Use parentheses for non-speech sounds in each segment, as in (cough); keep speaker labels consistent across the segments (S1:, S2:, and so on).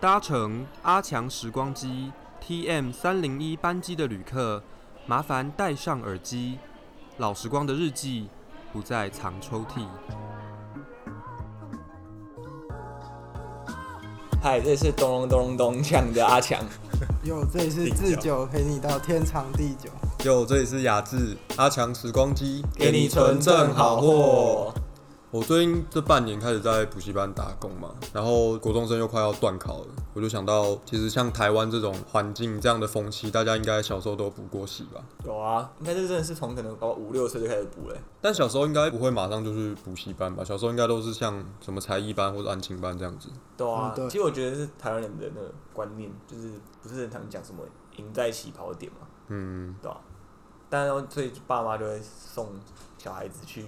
S1: 搭乘阿强时光机 TM 三零一班机的旅客，麻烦戴上耳机。老时光的日记不再藏抽屉。
S2: 嗨，这是咚咚咚咚锵的阿强，
S3: 哟，这里是
S2: 第
S3: 智
S2: 九
S3: 久陪你到天长地久。
S4: 哟，这里是雅致阿强时光机，。。我最近这半年开始在补习班打工嘛，然后国中生又快要断考了，我就想到，其实像台湾这种环境、这样的风气，大家应该小时候都有补过习吧？
S2: 有啊，应该是真的是从可能哦五六岁就开始补了。
S4: 但小时候应该不会马上就去补习班吧？小时候应该都是像什么才艺班或者安亲班这样子。
S2: 对啊，
S3: 嗯对
S2: 其实我觉得是台湾人的那个观念，就是不是很常讲什么赢在起跑点嘛，
S4: 嗯，
S2: 对啊？但然后所以爸妈就会送小孩子去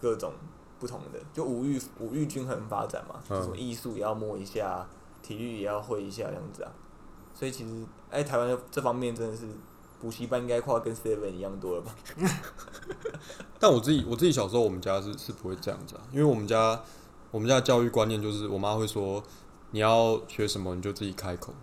S2: 各种不同的，就五育五育均衡发展嘛，
S4: 嗯
S2: 就什么艺术也要摸一下，体育也要会一下这样子啊。所以其实哎、台湾这方面真的是补习班应该快要跟 Seven 一样多了吧？
S4: 但我自己我自己小时候，我们家是是不会这样子啊，因为我们家我们家的教育观念就是，我妈会说你要学什么你就自己开口，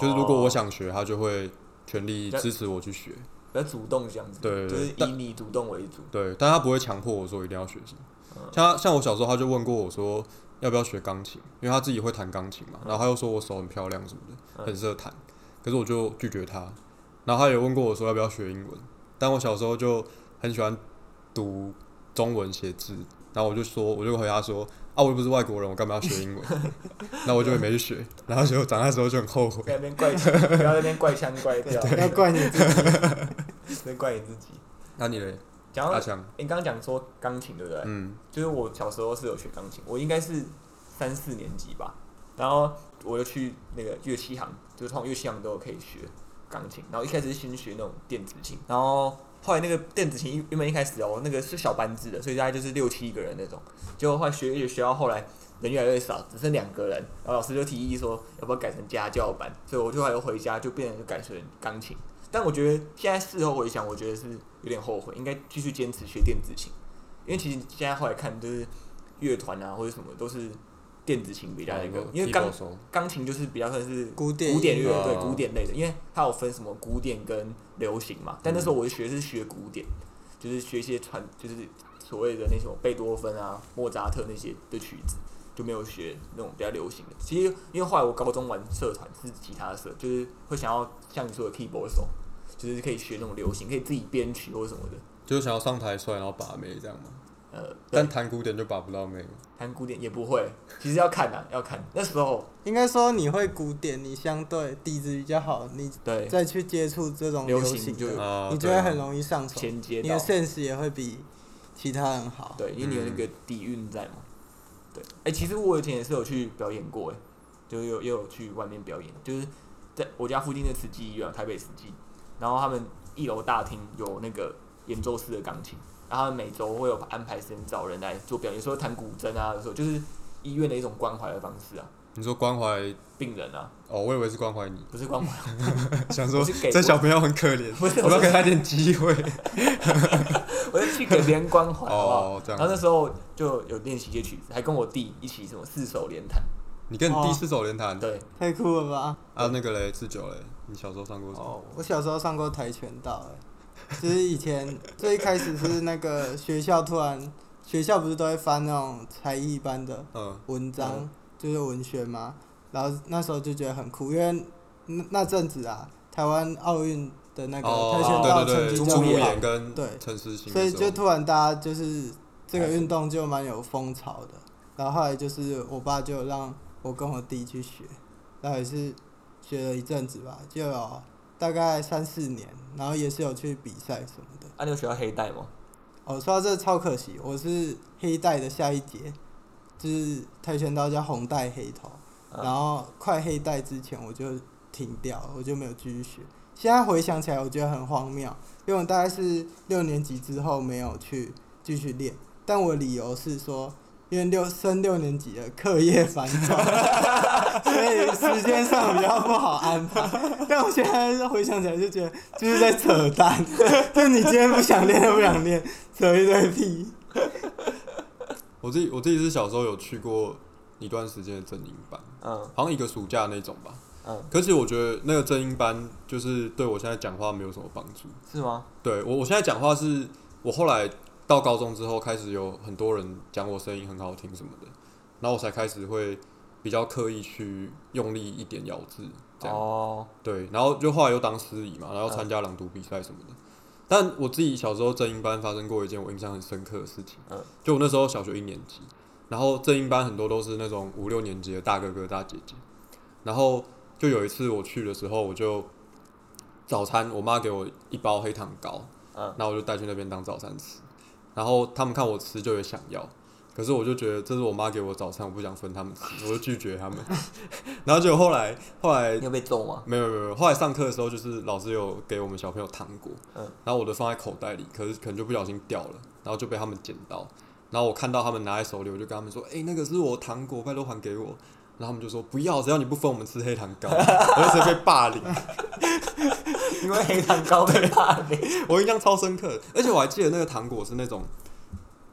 S4: 就是如果我
S2: 哦
S4: 想学，她就会全力支持我去学。
S2: 比较哦主动这样子，
S4: 对对
S2: 就是
S4: 但
S2: 以你主动为主。
S4: 对，但她不会强迫我说一定要学什么。
S2: 嗯
S4: 像她像我小时候，她就问过我说要不要学钢琴，因为她自己会弹钢琴嘛，然后她又说我手很漂亮什么的，
S2: 嗯
S4: 很适合弹，可是我就拒绝她。然后她也问过我说要不要学英文，但我小时候就很喜欢读中文写字，然后我就说我就回答说啊我又不是外国人，我干嘛要学英文？ (laughs) 那我就也没去学，然后结果长大之后就很后悔。
S2: 在那边怪，不要在那边怪腔怪调，
S3: 要怪你自己。
S2: 在怪你自己。
S4: 那你嘞，
S2: 讲到
S4: 阿
S2: 欸
S4: 强？
S2: 你刚刚讲说钢琴对不对？
S4: 啊嗯，
S2: 就是我小时候是有学钢琴，我应该是三四年级吧，然后我就去那个乐器行，就是通常乐器行都有可以学钢琴，然后一开始是先学那种电子琴，然后后来那个电子琴一原本一开始哦，那个是小班制的，所以大概就是六七个人那种，结果后来学也学到后来人越来越少，只剩两个人，然后老师就提议说要不要改成家教班，所以我就还有回家就变成改成钢琴，但我觉得现在事后回想，我觉得是有点后悔，应该继续坚持学电子琴。因为其实现在后来看，就是乐团啊或者什么都是电子琴比较那个
S4: 好，
S2: 因为
S4: 提
S2: 钢
S4: 保收
S2: 钢琴就是比较算是
S3: 古典
S2: 古典乐
S4: 哦
S2: 对古典类的，因为它有分什么古典跟流行嘛。但那时候我学是学古典，就是学一些传，就是所谓的那种贝多芬啊、莫扎特那些的曲子，就没有学那种比较流行的。其实因为后来我高中玩社团是吉他社，就是会想要像你说的 keyboard 手，就是可以学那种流行，可以自己编曲或什么的。
S4: 就是想要上台帅，然后把妹这样嘛。
S2: 呃，
S4: 但
S2: 但
S4: 弹古典就把不到妹。
S2: 弹古典也不会，其实要看呐、要看那时候
S3: 应该说你会古典，你相对底子比较好，你
S2: 对
S3: 再去接触这种
S2: 流行
S3: 行
S2: 就有
S3: 的，
S4: 啊
S3: 你就
S4: 对
S3: 会
S4: 啊
S3: 很容易上手。
S2: 衔接
S3: 你
S2: 到
S3: 的 sense 也会比其他人好。
S2: 对，因为你
S4: 嗯
S2: 有那个底蕴在嘛。对，哎、其实我以前也是有去表演过，哎，就是有也有去外面表演，就是在我家附近的慈济医院，台北慈济，然后他们一楼大厅有那个演奏室的钢琴，然后他们每周会有安排时间找人来做表演，有时候弹古筝啊，有时候就是医院的一种关怀的方式啊，
S4: 你说关怀
S2: 病人啊，
S4: 哦，我以为是关怀你，
S2: 不是关怀，
S4: (laughs)
S2: (laughs)
S4: 想
S2: 我
S4: 说
S2: 是给
S4: 这小朋友很可怜，
S2: 不是
S4: 我要给他点机会。
S2: 我是去给别人关怀， (laughs) 好不好？
S4: 哦，这
S2: 然后那
S4: 样，
S2: 时候就有练习一些曲子，还跟我弟一起什么四手联弹，
S4: 你跟你第四手联弹
S2: 对，
S3: 太酷了吧！
S4: 啊，那个嘞，志久嘞，你小时候上过什么？
S2: 哦，
S3: 我小时候上过跆拳道、哎，就是以前最一开始是那个学校突然，学校不是都会发那种才艺班的
S2: 哦
S4: 嗯，
S3: 文章，
S2: 嗯
S3: 就是文学嘛。然后那时候就觉得很酷，因为那那阵子啊，台湾奥运的那个
S4: 哦
S3: 跆拳道
S4: 对
S3: 成
S4: 对
S3: 绩
S4: 对，
S3: 就
S4: 朱
S3: 很
S4: 木
S3: 好，
S4: 炎跟
S3: 对
S4: 陈思嗯欣的
S3: 所
S4: 时候，哎
S3: 以就突然大家就是这个
S2: 开始
S3: 运动就蛮有风潮的。然后后来就是我爸就让我跟我弟去学，然后也是学了一阵子吧，就有大概三四年，然后也是有去比赛什么的。
S2: 啊，你有学到黑带吗？
S3: 哦，说到这超可惜，我是黑带的下一节，就是跆拳道叫红带黑头，
S2: 啊
S3: 然后快黑带之前我就停掉了，我就没有继续学。现在回想起来，我觉得很荒谬，因为我大概是六年级之后没有去继续练，但我理由是说，因为六升六年级了，课业繁重，所以时间上比较不好安排。但我现在回想起来就觉得就是在扯淡， (laughs) 就你今天不想练就不想练， (laughs) 扯一堆屁。
S4: 我自己我自己是小时候有去过一段时间的正音班，
S2: 嗯
S4: 好像一个暑假那种吧。
S2: 嗯，
S4: 可是我觉得那个正音班就是对我现在讲话没有什么帮助。
S2: 是吗？
S4: 对我，我现在讲话是我后来到高中之后开始有很多人讲我声音很好听什么的，然后我才开始会比较刻意去用力一点咬字，这样、
S2: 哦，
S4: 对，然后就后来又当司仪嘛，
S2: 嗯
S4: 然后参加朗读比赛什么的。但我自己小时候正音班发生过一件我印象很深刻的事情，
S2: 嗯
S4: 就我那时候小学一年级，然后正音班很多都是那种五六年级的大哥哥大姐姐，然后就有一次我去的时候，我就早餐我妈给我一包黑糖糕，
S2: 嗯，
S4: 那我就带去那边当早餐吃。然后他们看我吃就也想要，可是我就觉得这是我妈给我早餐，我不想分他们吃，我就拒绝
S2: (laughs)
S4: 他们。然后结果后来后来
S2: 你有被揍吗？
S4: 没有没有没有，后来上课的时候就是老师有给我们小朋友糖果，
S2: 嗯
S4: 然后我都放在口袋里，可是可能就不小心掉了，然后就被他们捡到，然后我看到他们拿在手里，我就跟他们说，哎、那个是我糖果，拜托还给我。然后他们就说不要，只要你不分我们吃黑糖糕， (laughs) 我就直接被霸凌，
S2: 因为黑糖糕被霸凌。
S4: 我印象超深刻。而且我还记得那个糖果是那种，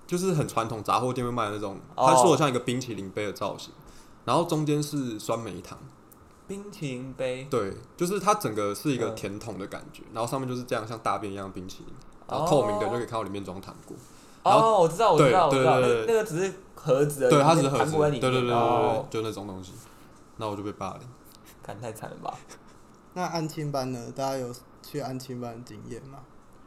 S4: 就是很传统杂货店会卖的那种，它
S2: 哦
S4: 做的像一个冰淇淋杯的造型，然后中间是酸梅糖，
S2: 冰淇淋杯，
S4: 对，就是它整个是一个
S2: 嗯
S4: 甜筒的感觉，然后上面就是这样像大便一样的冰淇淋，然后透明的
S2: 哦
S4: 就可以看到里面装糖果。然后
S2: 哦，我知道，我知道，我
S4: 对
S2: 知道，那
S4: 对对对
S2: 那个只是盒子而已，
S4: 对，它只是盒
S2: 糖
S4: 子，
S2: 果在
S4: 对
S2: 里面。
S4: 对对对对对
S2: 哦，，
S4: 就那种东西。那我就被霸凌。
S2: 干太惨了吧？
S3: 那安亲班呢？大家有去安亲班的经验吗？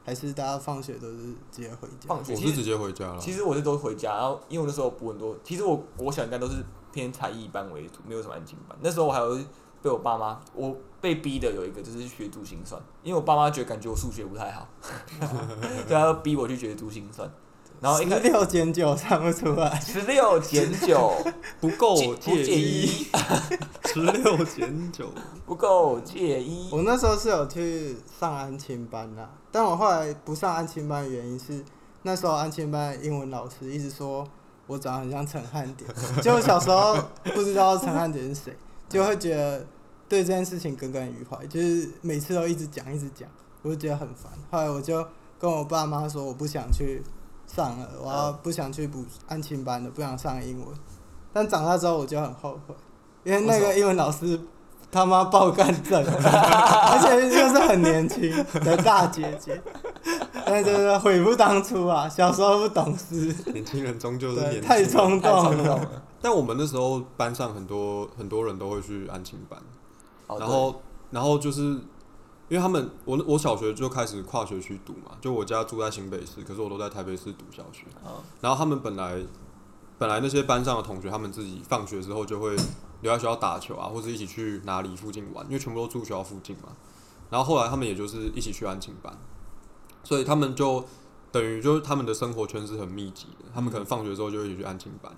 S3: 还是大家放学都是直接回家？
S2: 放
S4: 我
S2: 学其
S4: 是直
S2: 实
S4: 接回家了。
S2: 其实我是都回家，然后因为我那时候补很多，其实我国小应该都是偏才艺班为主，没有什么安静班。那时候我还有被我爸妈，我被逼的有一个就是学珠心算，因为我爸妈觉得感觉我数学不太好， (laughs) 所以他就逼我去学珠心算。然后一
S3: 十
S2: 开始
S3: 六减九算不出来，
S2: 十六减九
S4: (laughs) 不够
S2: 不
S4: 介
S2: 介
S4: 意，
S2: 意，
S4: 十六减九。
S2: (laughs) 不够介意。
S3: 我那时候是有去上安亲班啦，但我后来不上安亲班的原因是，那时候安亲班的英文老师一直说我长得很像陈汉典， (laughs) 就我小时候不知道陈汉典是谁，就会觉得对这件事情耿耿于怀，就是每次都一直讲一直讲，我就觉得很烦。后来我就跟我爸妈说我不想去上了，我要不想去补安亲班了，不想上英文。但长大之后我就很后悔，因为那
S2: 为什
S3: 个英文老师他妈爆干
S4: (laughs)
S3: 正，而且就是很年轻的大姐姐，但就是悔不当初啊，小时候不懂事，
S4: 年轻人终究是
S3: 对，
S4: 年
S3: 太
S4: 轻人。
S3: 冲
S2: 太
S3: 动
S2: 冲动
S3: 了。
S2: 了。
S4: 但我们那时候班上很多很多人都会去安亲班，
S2: 哦
S4: 然后然后就是因为他们，我我小学就开始跨学区读嘛，就我家住在新北市，可是我都在台北市读小学。
S2: 对嗯
S4: 然后他们本来本来那些班上的同学，他们自己放学之后就会留在学校打球啊，或者一起去哪里附近玩，因为全部都住学校附近嘛。然后后来他们也就是一起去安庆班，所以他们就等于就是他们的生活圈是很密集的。他们可能放学之后就一起去安庆班，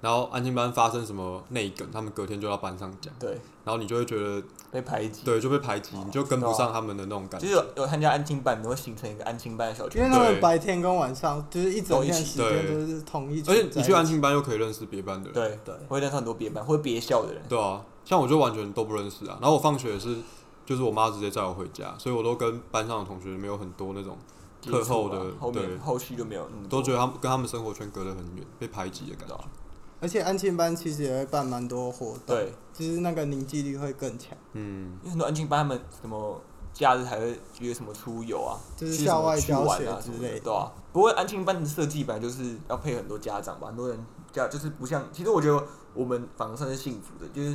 S4: 然后安庆班发生什么内梗，他们隔天就到班上讲，
S2: 对
S4: 然后你就会觉得
S2: 被排挤，
S4: 对就被排挤，你就跟不上他们的那种感
S2: 就
S4: 觉
S2: 是。有有参加安亲班，你会形成一个安亲班的小
S3: 因
S2: 圈
S3: 为
S2: 子。
S3: 他们白天跟晚上就是一整天时间
S4: 对
S3: 都是同一群
S4: 而
S3: 在一
S4: 且
S3: 起，
S4: 你去安庆班又可以认识别班的人，
S2: 对
S3: 对
S2: 我会认识很多别班或者别校的人。
S4: 对啊，像我就完全都不认识啊。然后我放学也是，就是我妈直接载我回家，所以我都跟班上的同学没有很多那种，
S2: 接触啊
S4: 课后的
S2: 后
S4: 对
S2: 面后续就没有那么
S4: 都
S2: 得
S4: 觉得他们跟他们生活圈隔得很远，被排挤的感
S2: 对
S4: 觉
S2: 啊。
S3: 而且安庆班其实也会办蛮多活动，
S2: 对，
S3: 就是那个凝聚力会更强，
S4: 嗯，
S2: 因为很多安静班他们什么假日还会约什么出游啊，
S3: 就是
S2: 去什么
S3: 校外
S2: 去
S3: 教
S2: 玩
S3: 学
S2: 啊
S3: 之
S2: 什么
S3: 类
S2: 的，
S3: 的
S2: 对啊。不过安静班的设计本来就是要配很多家长吧，很多人家就是不像，其实我觉得我们反而算是幸福的，就是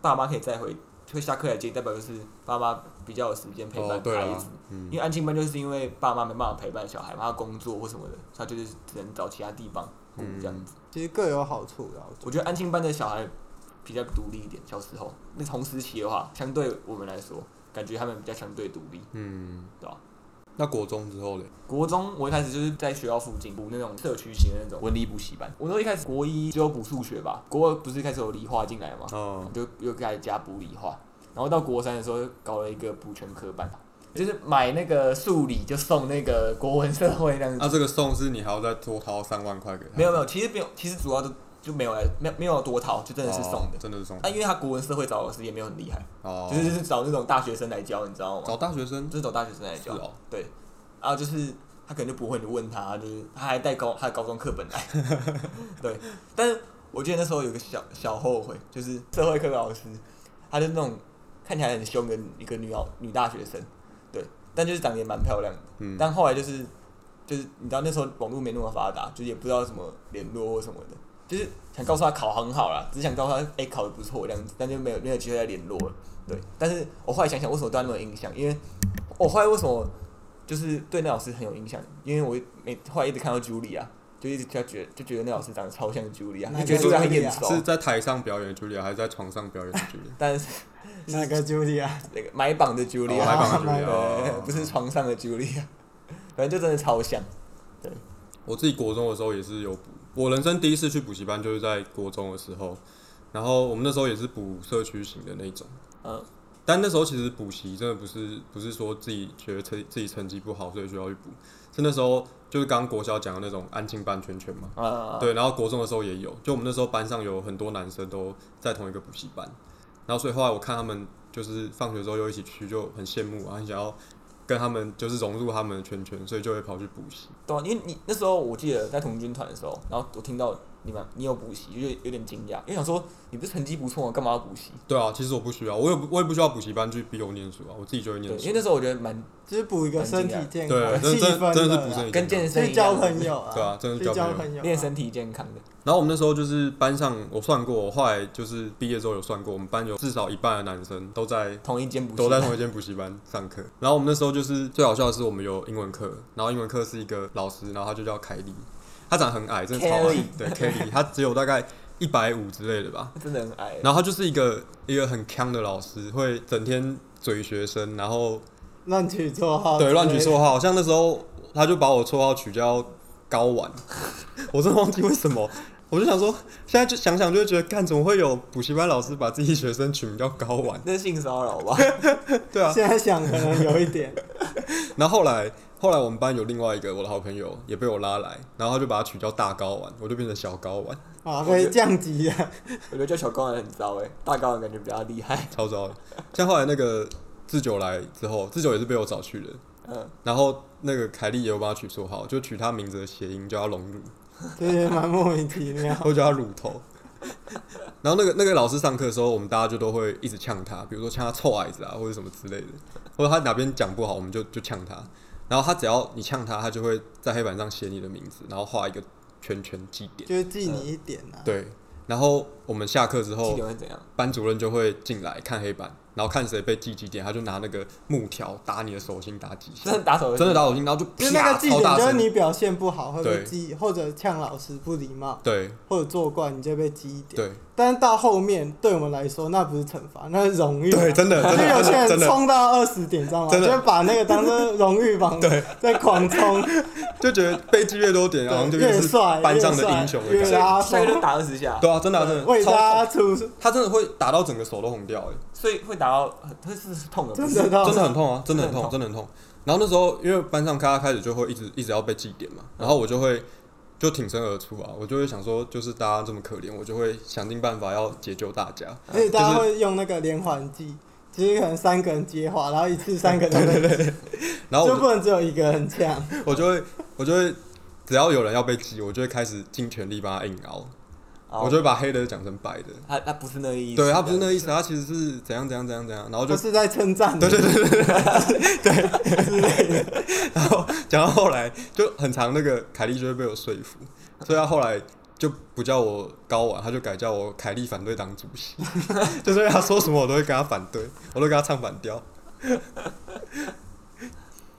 S2: 爸妈可以再回，会下课来接，代表就是爸妈比较有时间陪
S4: 哦
S2: 伴，
S4: 对
S2: 孩
S4: 啊
S2: 子。，因
S4: 嗯，
S2: 为安静班就是因为爸妈没办法陪伴小孩嘛，他工作或什么的，他就是只能找其他地方顾这样子。
S4: 嗯
S3: 其实各有好处啦。我觉
S2: 我觉得安亲班的小孩比较独立一点，小时候那同时期的话，相对我们来说，感觉他们比较相对独立，
S4: 嗯，
S2: 对啊吧、
S4: 那国中之后嘞，
S2: 国中我一开始就是在学校附近补那种社区型的那种文理补习班，我都一开始国一只有补数学吧，国二不是开始有理化进来吗？
S4: 哦，
S2: 就又开始加补理化，然后到国三的时候搞了一个补全科班。就是买那个数理就送那个国文社会那样子
S4: 那、，这个送是你还要再多掏三万块给他？
S2: 没有没有，其实没有，其实主要都就没有来，没有没有多掏，就真的是送的
S4: 哦。真的是送
S2: 啊，因为他国文社会找老师也没有很厉害，
S4: 哦，
S2: 就是就是找那种大学生来教，你知道吗？
S4: 找大学生
S2: 就是找大学生来
S4: 是
S2: 教，
S4: 哦，
S2: 对，然后就是他可能就不会，你就问他，就是他还带高他的高中课本来，对，但是我记得那时候有个小小后悔，就是社会课老师，他就那种看起来很凶的一个女老女大学生，对，但就是长得也蛮漂亮的。
S4: 嗯，
S2: 但后来就是就是你知道那时候网络没那么发达，就是也不知道什么联络或什么的，就是想告诉他考很好啦，只是想告诉他哎、诶考的不错这样子，但就没有没有机会再联络了。对，但是我后来想想为什么对他那么有印象，因为我后来为什么就是对那老师很有印象，因为我每后来一直看到 Julia，就一直就觉得就觉得那老师长得超像 Julia，
S3: 哪
S2: 就
S3: 个
S2: 觉得 Julia 很
S3: Julia？
S2: 眼熟，
S4: 是在台上表演的 Julia 还是在床上表演的 Julia？
S2: 但是
S3: 那个 Julia，
S2: 那个买榜的 Julia，、
S4: 哦
S2: (laughs)
S4: 买榜的
S3: 买
S4: Julia，
S3: 榜
S4: 哦
S2: 对，不是床上的 Julia，反正就真的超像。
S4: 我自己国中的时候也是有补，我人生第一次去补习班就是在国中的时候，然后我们那时候也是补社区型的那种，
S2: 嗯，
S4: 但那时候其实补习真的不是不是说自己觉得成自己成绩不好所以需要去补，是那时候就是刚刚国小讲的那种安静班圈圈嘛，
S2: 啊，
S4: 对，然后国中的时候也有，就我们那时候班上有很多男生都在同一个补习班，然后所以后来我看他们就是放学之后又一起去，就很羡慕，然后很想要跟他们就是融入他们的圈圈，所以就会跑去补习。
S2: 对、啊，因为你那时候我记得在童军团的时候，然后我听到你们你有补习，就有点惊讶，因为想说你不是成绩不错吗？干嘛要补习？
S4: 对啊，其实我不需要，我也不我也不需要补习班去逼我念书啊，我自己就会
S2: 对，
S4: 念
S2: 因为
S4: 书。
S2: 那时候我觉得蛮
S3: 就是补一个身体健康
S4: 对，、
S3: 气
S4: 真真
S3: 氛
S4: 真的
S3: 的
S4: 是补
S3: 啦
S4: 身体
S2: 跟健身
S3: 去
S2: 一样
S3: 交朋友啊，
S4: 对啊，真的
S3: 去
S4: 是交
S3: 交
S4: 朋友。
S3: 朋友啊，
S2: 练身体健康的。
S4: 然后我们那时候就是班上，我算过，我后来就是毕业之后有算过，我们班有至少一半的男生都在
S2: 同一间补习，
S4: 都在同一间补习班上课。然后我们那时候就是最好笑的是，我们有英文课，然后英文课是一个老师，然后他就叫凯莉，他长得很矮，真的超矮
S2: Kelly
S4: 对 (laughs) Kelly，他只有大概一百五之类的吧。
S2: 真的很矮。
S4: 然后他就是一个一个很强的老师，会整天嘴学生，然后
S3: 乱取绰号，
S4: 对乱取绰，号。像那时候他就把我绰号取叫高玩，我真的忘记为什么。我就想说，现在就想想就会觉得，干怎么会有补习班老师把自己学生取名叫高玩？ (laughs)
S2: 那是性骚扰吧？
S4: 对啊，
S3: 现在想可能有一点，
S4: 然后后来，后来我们班有另外一个我的好朋友也被我拉来，然后他就把他取叫大睾丸，我就变成小睾丸，
S3: 啊，被降级了，
S2: 我觉得叫小高人很糟哎，大高人感觉比较厉害。
S4: 超糟的。像后来那个志久来之后，志久也是被我找去的，
S2: 嗯，
S4: 然后那个凯莉也有帮他取绰号，就取他名字的谐音叫他龙乳，
S3: 就是蛮莫名其妙。
S4: 我叫他乳头。 (laughs) 然后那个那个老师上课的时候，我们大家就都会一直呛他，比如说呛他臭矮子啊，或者什么之类的，或者他哪边讲不好，我们就就呛他。然后他只要你呛他，他就会在黑板上写你的名字，然后画一个圈圈记点。
S3: 就是记你一点啊。，
S4: 对，然后我们下课之
S2: 记
S4: 后
S2: 得，会怎样？
S4: 班主任就会进来看黑板，然后看谁被记几点，他就拿那个木条打你的手心打几
S2: 真
S4: 下
S2: 的，打手游戏
S4: 真的打手心，然后就
S3: 就是那
S4: 啪
S3: 个记
S4: 啊超
S3: 点，
S4: 大
S3: 就是
S4: 声。
S3: 你表现不好会被
S4: 对
S3: 记，或者呛老师不礼貌，
S4: 对
S3: 或者作怪，你就被记一点。
S4: 对
S3: 但是到后面对我们来说，那不是惩罚，那是荣誉。啊
S4: 对，真的真
S3: 就有些
S4: 的真
S3: 人
S4: 的，
S3: 冲到二十点，知道吗？
S4: 真的
S3: 就把那个当成荣誉榜，
S4: 对，
S3: 在狂
S4: (laughs)
S3: 冲，
S4: 就觉得被记越多点，然后就
S3: 对越
S4: 是
S3: 帅
S4: 班上的
S3: 越帅
S4: 英雄的
S3: 越
S4: 感觉。
S3: 拉
S2: 下一个就
S3: 风，
S2: 打二十下，
S4: 对啊，真的啊真
S3: 为
S4: 的，
S3: 大
S4: 超
S3: 家出，
S4: 他真的会打到整个手都红掉，哎，
S2: 所以会打到很，这是痛的，不
S3: 真
S2: 哦是
S3: 的到
S4: 真的很痛啊，真的很
S2: 真的很
S4: 痛，
S2: 痛
S4: 真的很痛。然后那时候因为班上咔咔开始就会一直一直要被祭奠嘛，然后我就会就挺身而出啊，我就会想说，就是大家这么可怜，我就会想尽办法要解救大家。
S3: 而且大家会用那个连环计，就是可能三个人接话，然后一次三个人，
S4: 然后我
S3: 就
S4: 就
S3: 不能只有一个人呛。
S4: 我就会我就会只要有人要被祭，我就会开始尽全力帮他硬熬，
S2: 哦
S4: 我就会把黑的讲成白的。
S2: 他他不是那个意思，
S4: 对他不是那个意思，他其实是怎样怎样怎样怎样，然后就
S3: 不是在称赞你，
S4: 对对
S3: 对
S4: 然后讲到后来就很长，那个凯莉就会被我说服，所以他后来就不叫我高玩，他就改叫我凯莉反对党主席， (laughs) 就是因为他说什么我都会跟他反对，我都跟他唱反调，太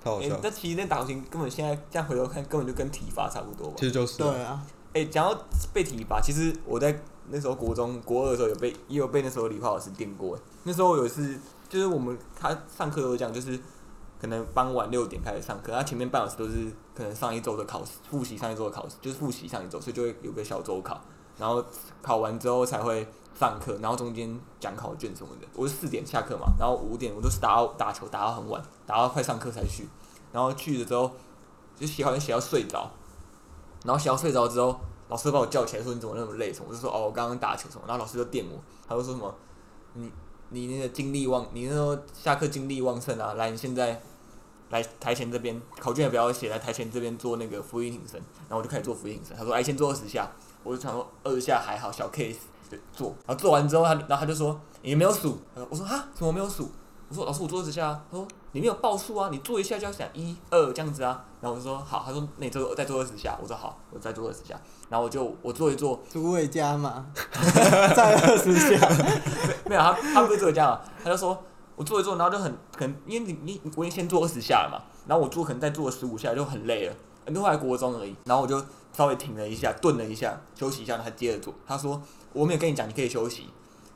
S4: 好
S2: 哎、
S4: 笑了，
S2: 那其实那打手心根本现在这样回头看，根本就跟体罚差不多吧
S4: 其。实就是
S3: 对啊，
S2: 哎、讲到被体罚，其实我在那时候国中国二的时候有被也有被那时候理化老师电过。哎那时候有一次就是我们他上课都讲，就是可能傍晚六点开始上课，他前面半小时都是可能上一周的考试复习，上一周的考试就是复习上一周，所以就会有个小周考，然后考完之后才会上课，然后中间讲考卷什么的。我是四点下课嘛，然后五点我都是打到打球打到很晚，打到快上课才去，然后去了之后就写好像写到睡着，然后写到睡着之后，老师把我叫起来说你怎么那么累什么，我就说哦我刚刚打球什么，然后老师就电我，他就说什么你你那个精力旺，你那时候下课精力旺盛啊，来你现在。来台前这边考卷也不要写，来台前这边做那个俯卧撑，然后我就开始做俯卧撑。他说：“哎，先做二十下。”我就想说二十下还好，小 case 就做，然后做完之后他，然后他就说你没有数，呃我说哈，怎么没有数？我说老师我做二十下啊，他说你没有报数啊，你做一下就要想一二这样子啊，然后我就说好，他说那你做再做二十下，我说好，我再做二十下，然后我就我做一做，
S3: 组委加嘛，
S4: (laughs)
S3: 再二十下，
S2: 没有，他他不是这个样啊，他就说我做一做，然后就很可能因为你你我已经先做二十下了嘛，然后我做可能再做十五下就很累了，那后来国中而已，然后我就稍微停了一下，顿了一下，休息一下，然后他接着做。他说我没有跟你讲你可以休息，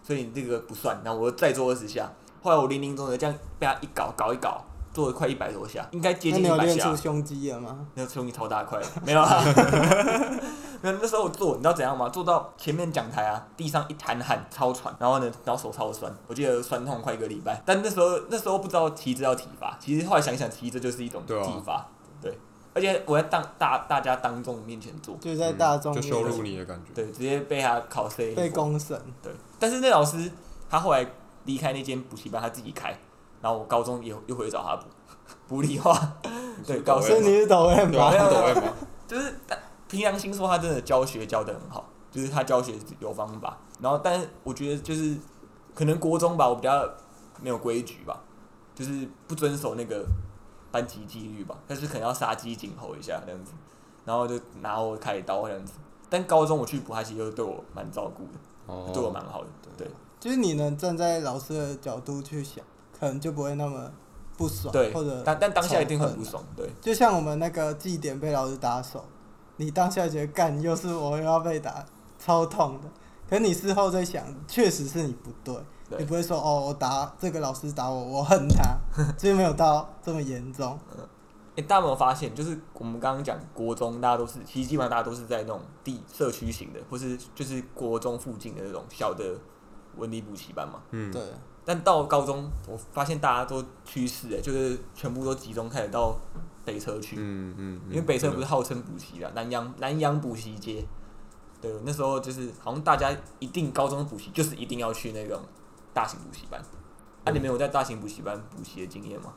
S2: 所以你这个不算。然后我又再做二十下，后来我零零总总这样被他一搞搞一搞，做了快一百多下，应该接
S3: 那
S2: 近
S3: 你
S2: 一
S3: 有
S2: 百
S3: 练
S2: 下
S3: 出。胸肌了吗？
S2: 那个冲击超大块，没有啊， (laughs) 没有。那时候我做，你知道怎样吗？做到前面讲台啊，地上一滩汗，超喘，然后呢，然后手超酸，我记得酸痛快一个礼拜。但那时候那时候不知道骑这要体罚，其实后来想一想，骑这就是一种
S4: 对啊
S2: 体罚，对。而且我在当大大家当众面前做，
S3: 就是在大众
S4: 嗯就
S3: 面
S4: 羞辱
S3: 前
S4: 你的感觉。
S2: 对，直接被他考 C，
S3: 被公审，
S2: 对。但是那老师他后来离开那间补习班，他自己开，然后我高中也又回去找他补 (laughs) 补理化，对，高
S4: 对
S3: 所以你是抖 M
S4: 对啊，
S3: 吧？
S4: 不懂为什么
S2: 就是但凭良心说，他真的教学教的很好，就是他教学有方法。然后，但是我觉得就是可能国中吧，我比较没有规矩吧，就是不遵守那个班级纪律吧，但是可能要杀鸡儆猴一下这样子，然后就拿我开刀这样子。但高中我去补，他其实又对我蛮照顾的， (laughs) 对我
S4: 哦，
S2: 蛮好的，对
S3: 就是你能站在老师的角度去想，可能就不会那么不爽，
S2: 对
S3: 啊或者
S2: 但但当下一定很不
S3: 仇恨啊
S2: 爽，对。
S3: 就像我们那个祭典被老师打手，你当下觉得干又是我又要被打，超痛的。可你事后在想，确实是你不对，
S2: 对
S3: 你不会说哦，我打这个老师打我，我恨他，所以没有到这么严重。
S2: 欸，大家有没有发现，就是我们刚刚讲国中，大家都是其实基本上大家都是在那种地社区型的，或是就是国中附近的那种小的文理补习班嘛。
S4: 嗯，
S3: 对，
S2: 但到高中，我发现大家都趋势哎，就是全部都集中开始到北车去，
S4: 嗯嗯，
S2: 因为北车不是
S4: 是
S2: 号称补习啦，南洋南洋补习街。对，那时候就是好像大家一定高中补习就是一定要去那种大型补习班。啊，你们有在大型补习班补习的经验吗？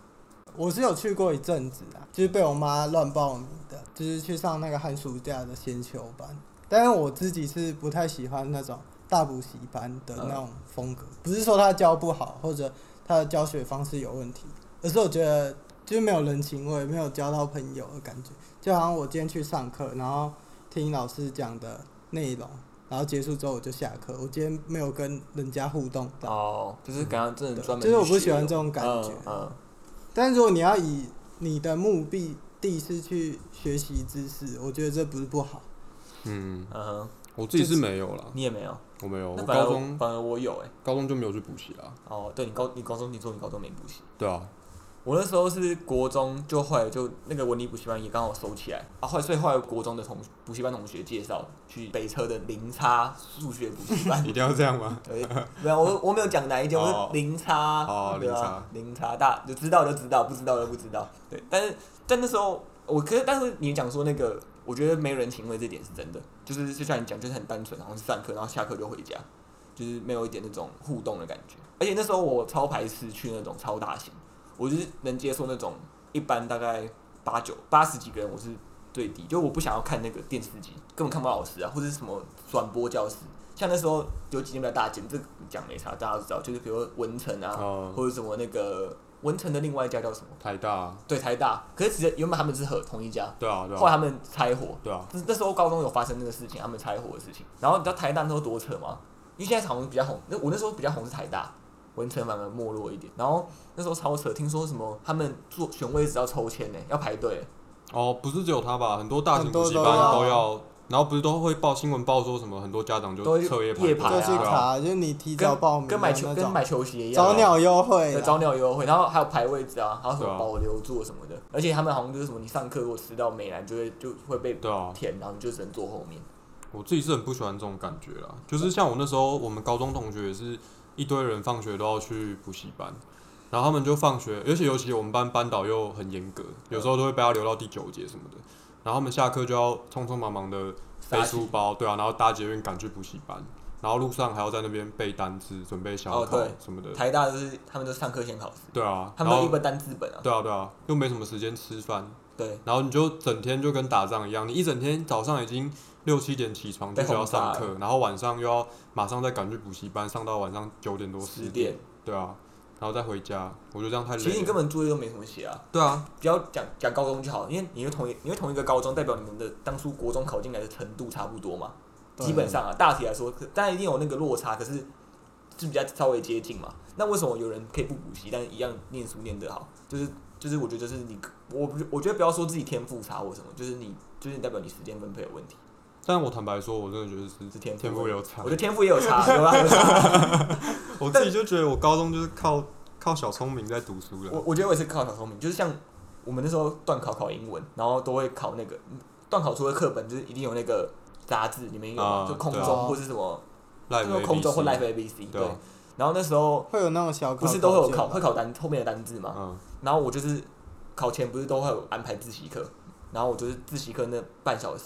S3: 我是有去过一阵子啊，就是被我妈乱报名的，就是去上那个寒暑假的先修班。但是我自己是不太喜欢那种大补习班的那种风格，不是说他教不好或者他的教学方式有问题，而是我觉得就是没有人情味，没有交到朋友的感觉。就好像我今天去上课，然后听老师讲的内容，然后结束之后我就下课，我今天没有跟人家互动到，
S2: 哦，就是感觉真的专门去学
S3: 就是
S2: 的。
S3: 我不喜欢这种感
S2: 嗯
S3: 觉。
S2: 嗯
S3: 但如果你要以你的目的地是去学习知识，我觉得这不是不好。
S4: 嗯，
S2: 嗯哼，
S4: 我自己是没有啦，
S2: 你也没有。
S4: 我没有，
S2: 那
S4: 我
S2: 反而
S4: 哦高中
S2: 反而我有哎、
S4: 高中就没有去补习啦。
S2: 哦，对你高你高中你说你高中没补习，
S4: 对啊，
S2: 我那时候是国中，就后来就那个文理补习班也刚好收起来啊，后来所以后来国中的同补习班同学介绍去北车的零差数学补习班。
S4: 一定要这样吗？
S2: 对， (laughs) 没有我我没有讲哪一间，我
S4: 哦
S2: 是零差，
S4: 哦
S2: 对
S4: 零
S2: 啊
S4: 差，
S2: 零差大就知道就知道，不知道就不知道。对，但是但那时候我可是但是你讲说那个，我觉得没人情味这点是真的，就是就像你讲，就是很单纯，然后是上课，然后下课就回家，就是没有一点那种互动的感觉。而且那时候我超排斥去那种超大型，我就是能接受那种一般大概八九八十几个人，我是最低，就我不想要看那个电视机，根本看不到老师啊，或者是什么转播教室。像那时候有几间比较大间，这个讲没啥，大家都知道，就是比如说文成啊，
S4: 哦
S2: 或者什么那个文成的另外一家叫什么？
S4: 台大，啊
S2: 对，台大。可是其实原本他们是和同一家，
S4: 对啊对
S2: 后来
S4: 啊
S2: 他们拆伙，
S4: 对啊，
S2: 那那时候高中有发生那个事情，他们拆伙的事情。然后你知道台大那时候多扯吗？因为现在好像比较红，那我那时候比较红是台大，文成反而没落一点。然后那时候超扯，听说什么他们坐选位置要抽签呢、要排队。
S4: 哦，不是只有他吧？很多大型
S3: 很
S4: 补
S3: 多
S4: 习
S3: 都
S4: 班
S3: 要
S4: 都要，然后不是都会报新闻报说什么很多家长
S2: 都
S4: 就
S2: 会
S4: 彻夜
S2: 夜
S4: 排
S2: 排
S3: 就
S2: 啊
S4: 队
S3: 去
S4: 啊，
S3: 查，就是你提早
S2: 跟
S3: 报名
S2: 跟
S3: 的
S2: 买球
S3: 那
S2: 跟
S3: 种
S2: 买球鞋一样啊，
S3: 早鸟优惠
S2: 对，
S3: 啦，
S2: 早鸟优惠，然后还有排位置啊，还有什
S4: 对
S2: 么
S4: 啊
S2: 保留座什么的，而且他们好像就是什么，你上课如果迟到美兰就会就会被
S4: 对啊，
S2: 填，然后你就只能坐后面。
S4: 我自己是很不喜欢这种感觉啦。就是像我那时候，我们高中同学也是一堆人放学都要去补习班，然后他们就放学，而且尤其我们班班导又很严格，有时候都会被他留到第九节什么的。然后他们下课就要匆匆忙忙的背
S2: 杀青
S4: 书包，对啊，然后搭捷运赶去补习班，然后路上还要在那边背单词，准备小
S2: 哦
S4: 考
S2: 对
S4: 什么的，
S2: 台大就是他们都上课先考试，
S4: 对啊，
S2: 他
S4: 然
S2: 们都
S4: 后
S2: 一本单资本啊，
S4: 对啊对啊，又没什么时间吃饭，
S2: 对，
S4: 然后你就整天就跟打仗一样，你一整天早上已经六七点起床就
S2: 被
S4: 需要
S2: 轰炸
S4: 上课，然后晚上又要马上再赶去补习班，上到晚上九点多
S2: 十
S4: 10
S2: 点。
S4: 对啊，然后再回家，我觉得这样太累了。
S2: 其实你根本作业都没什么写啊，
S1: 对啊，
S2: 不要讲讲高中就好，因为你会同一你会同一个高中，代表你们的当初国中考进来的程度差不多嘛。
S3: 对
S2: 基本上啊，大体来说，可当然一定有那个落差，可是是比较稍微接近嘛。那为什么有人可以不补习，但是一样念书念得好？就是就是，我觉得就是你，我不我觉得不要说自己天赋差或什么，就是你就是代表你时间分配有问题，
S4: 但我坦白说，我真的觉得是
S2: 是天赋
S4: 天赋
S2: 问题。
S4: 有差
S2: 我觉。得天赋也有差，啊有啦有差。
S4: 我自己就觉得我高中就是靠靠小聪明在读书
S2: 我
S4: 了。
S2: 我觉得我也是靠小聪明，就是像我们那时候段考考英文，然后都会考那个段考除了课本，就是一定有那个杂志，你们有吗
S4: 啊
S2: 就空
S4: 对
S3: 啊
S2: 中或是什么，
S4: 赖
S2: 就是空中或 Life ABC
S4: 对
S2: 对
S4: 啊。
S2: 然后那时候
S3: 会有那种小考
S2: 不是都会有
S3: 卷啊
S2: 考
S3: 吗
S2: 会考单后面的单字嘛？
S4: 嗯，
S2: 然后我就是考前不是都会有安排自习课，然后我就是自习课那半小时，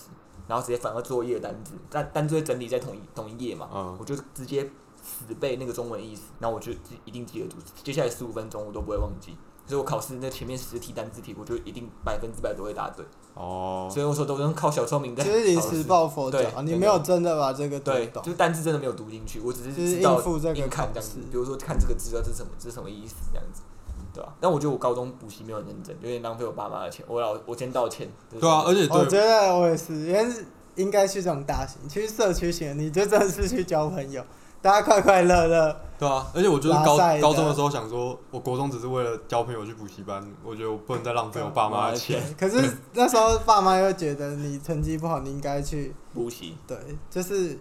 S2: 然后直接翻到作业的单字，但单字会整理在同一同一页嘛，
S4: 嗯
S2: 我就直接死背那个中文意思，然后我就记一定记得住，接下来十五分钟我都不会忘记。所以我考试那前面十题单字题，我就一定百分之百都会答对。
S4: 哦，
S2: 所以我说都是靠小聪明在
S3: 就
S2: 考
S3: 是临时
S2: 试。
S3: 抱佛脚
S2: 对
S3: 啊，
S2: 对
S3: 你
S2: 对
S3: 没有真的把这个读
S2: 对，就
S3: 懂，
S2: 是单字真的没有读进去，我只是
S3: 就是
S2: 知
S3: 应
S2: 道
S3: 付这个
S2: 硬看
S3: 考
S2: 这样
S3: 试
S2: 子，。比如说看这个资料这是什么，这是什么意思这样子，对吧、但我觉得我高中补习没有很认真，有点浪费我爸妈的钱，我老我先道歉。就是
S4: 对啊，而
S2: 哦
S4: 且
S3: 我
S4: 对
S3: 觉得我也是，因为是应该去这种大型，去社区型，你就真的是去交朋友，大家快快乐乐。
S4: 对啊，而且我就是
S3: 拉
S4: 高
S3: 塞的
S4: 高中的时候想说，我国中只是为了交朋友去补习班，我觉得我不能再浪费我爸
S3: (laughs) 啊
S4: 妈的钱。
S3: 可是那时候爸妈又觉得你成绩不好，你应该去，
S2: 补习，
S3: 对，就是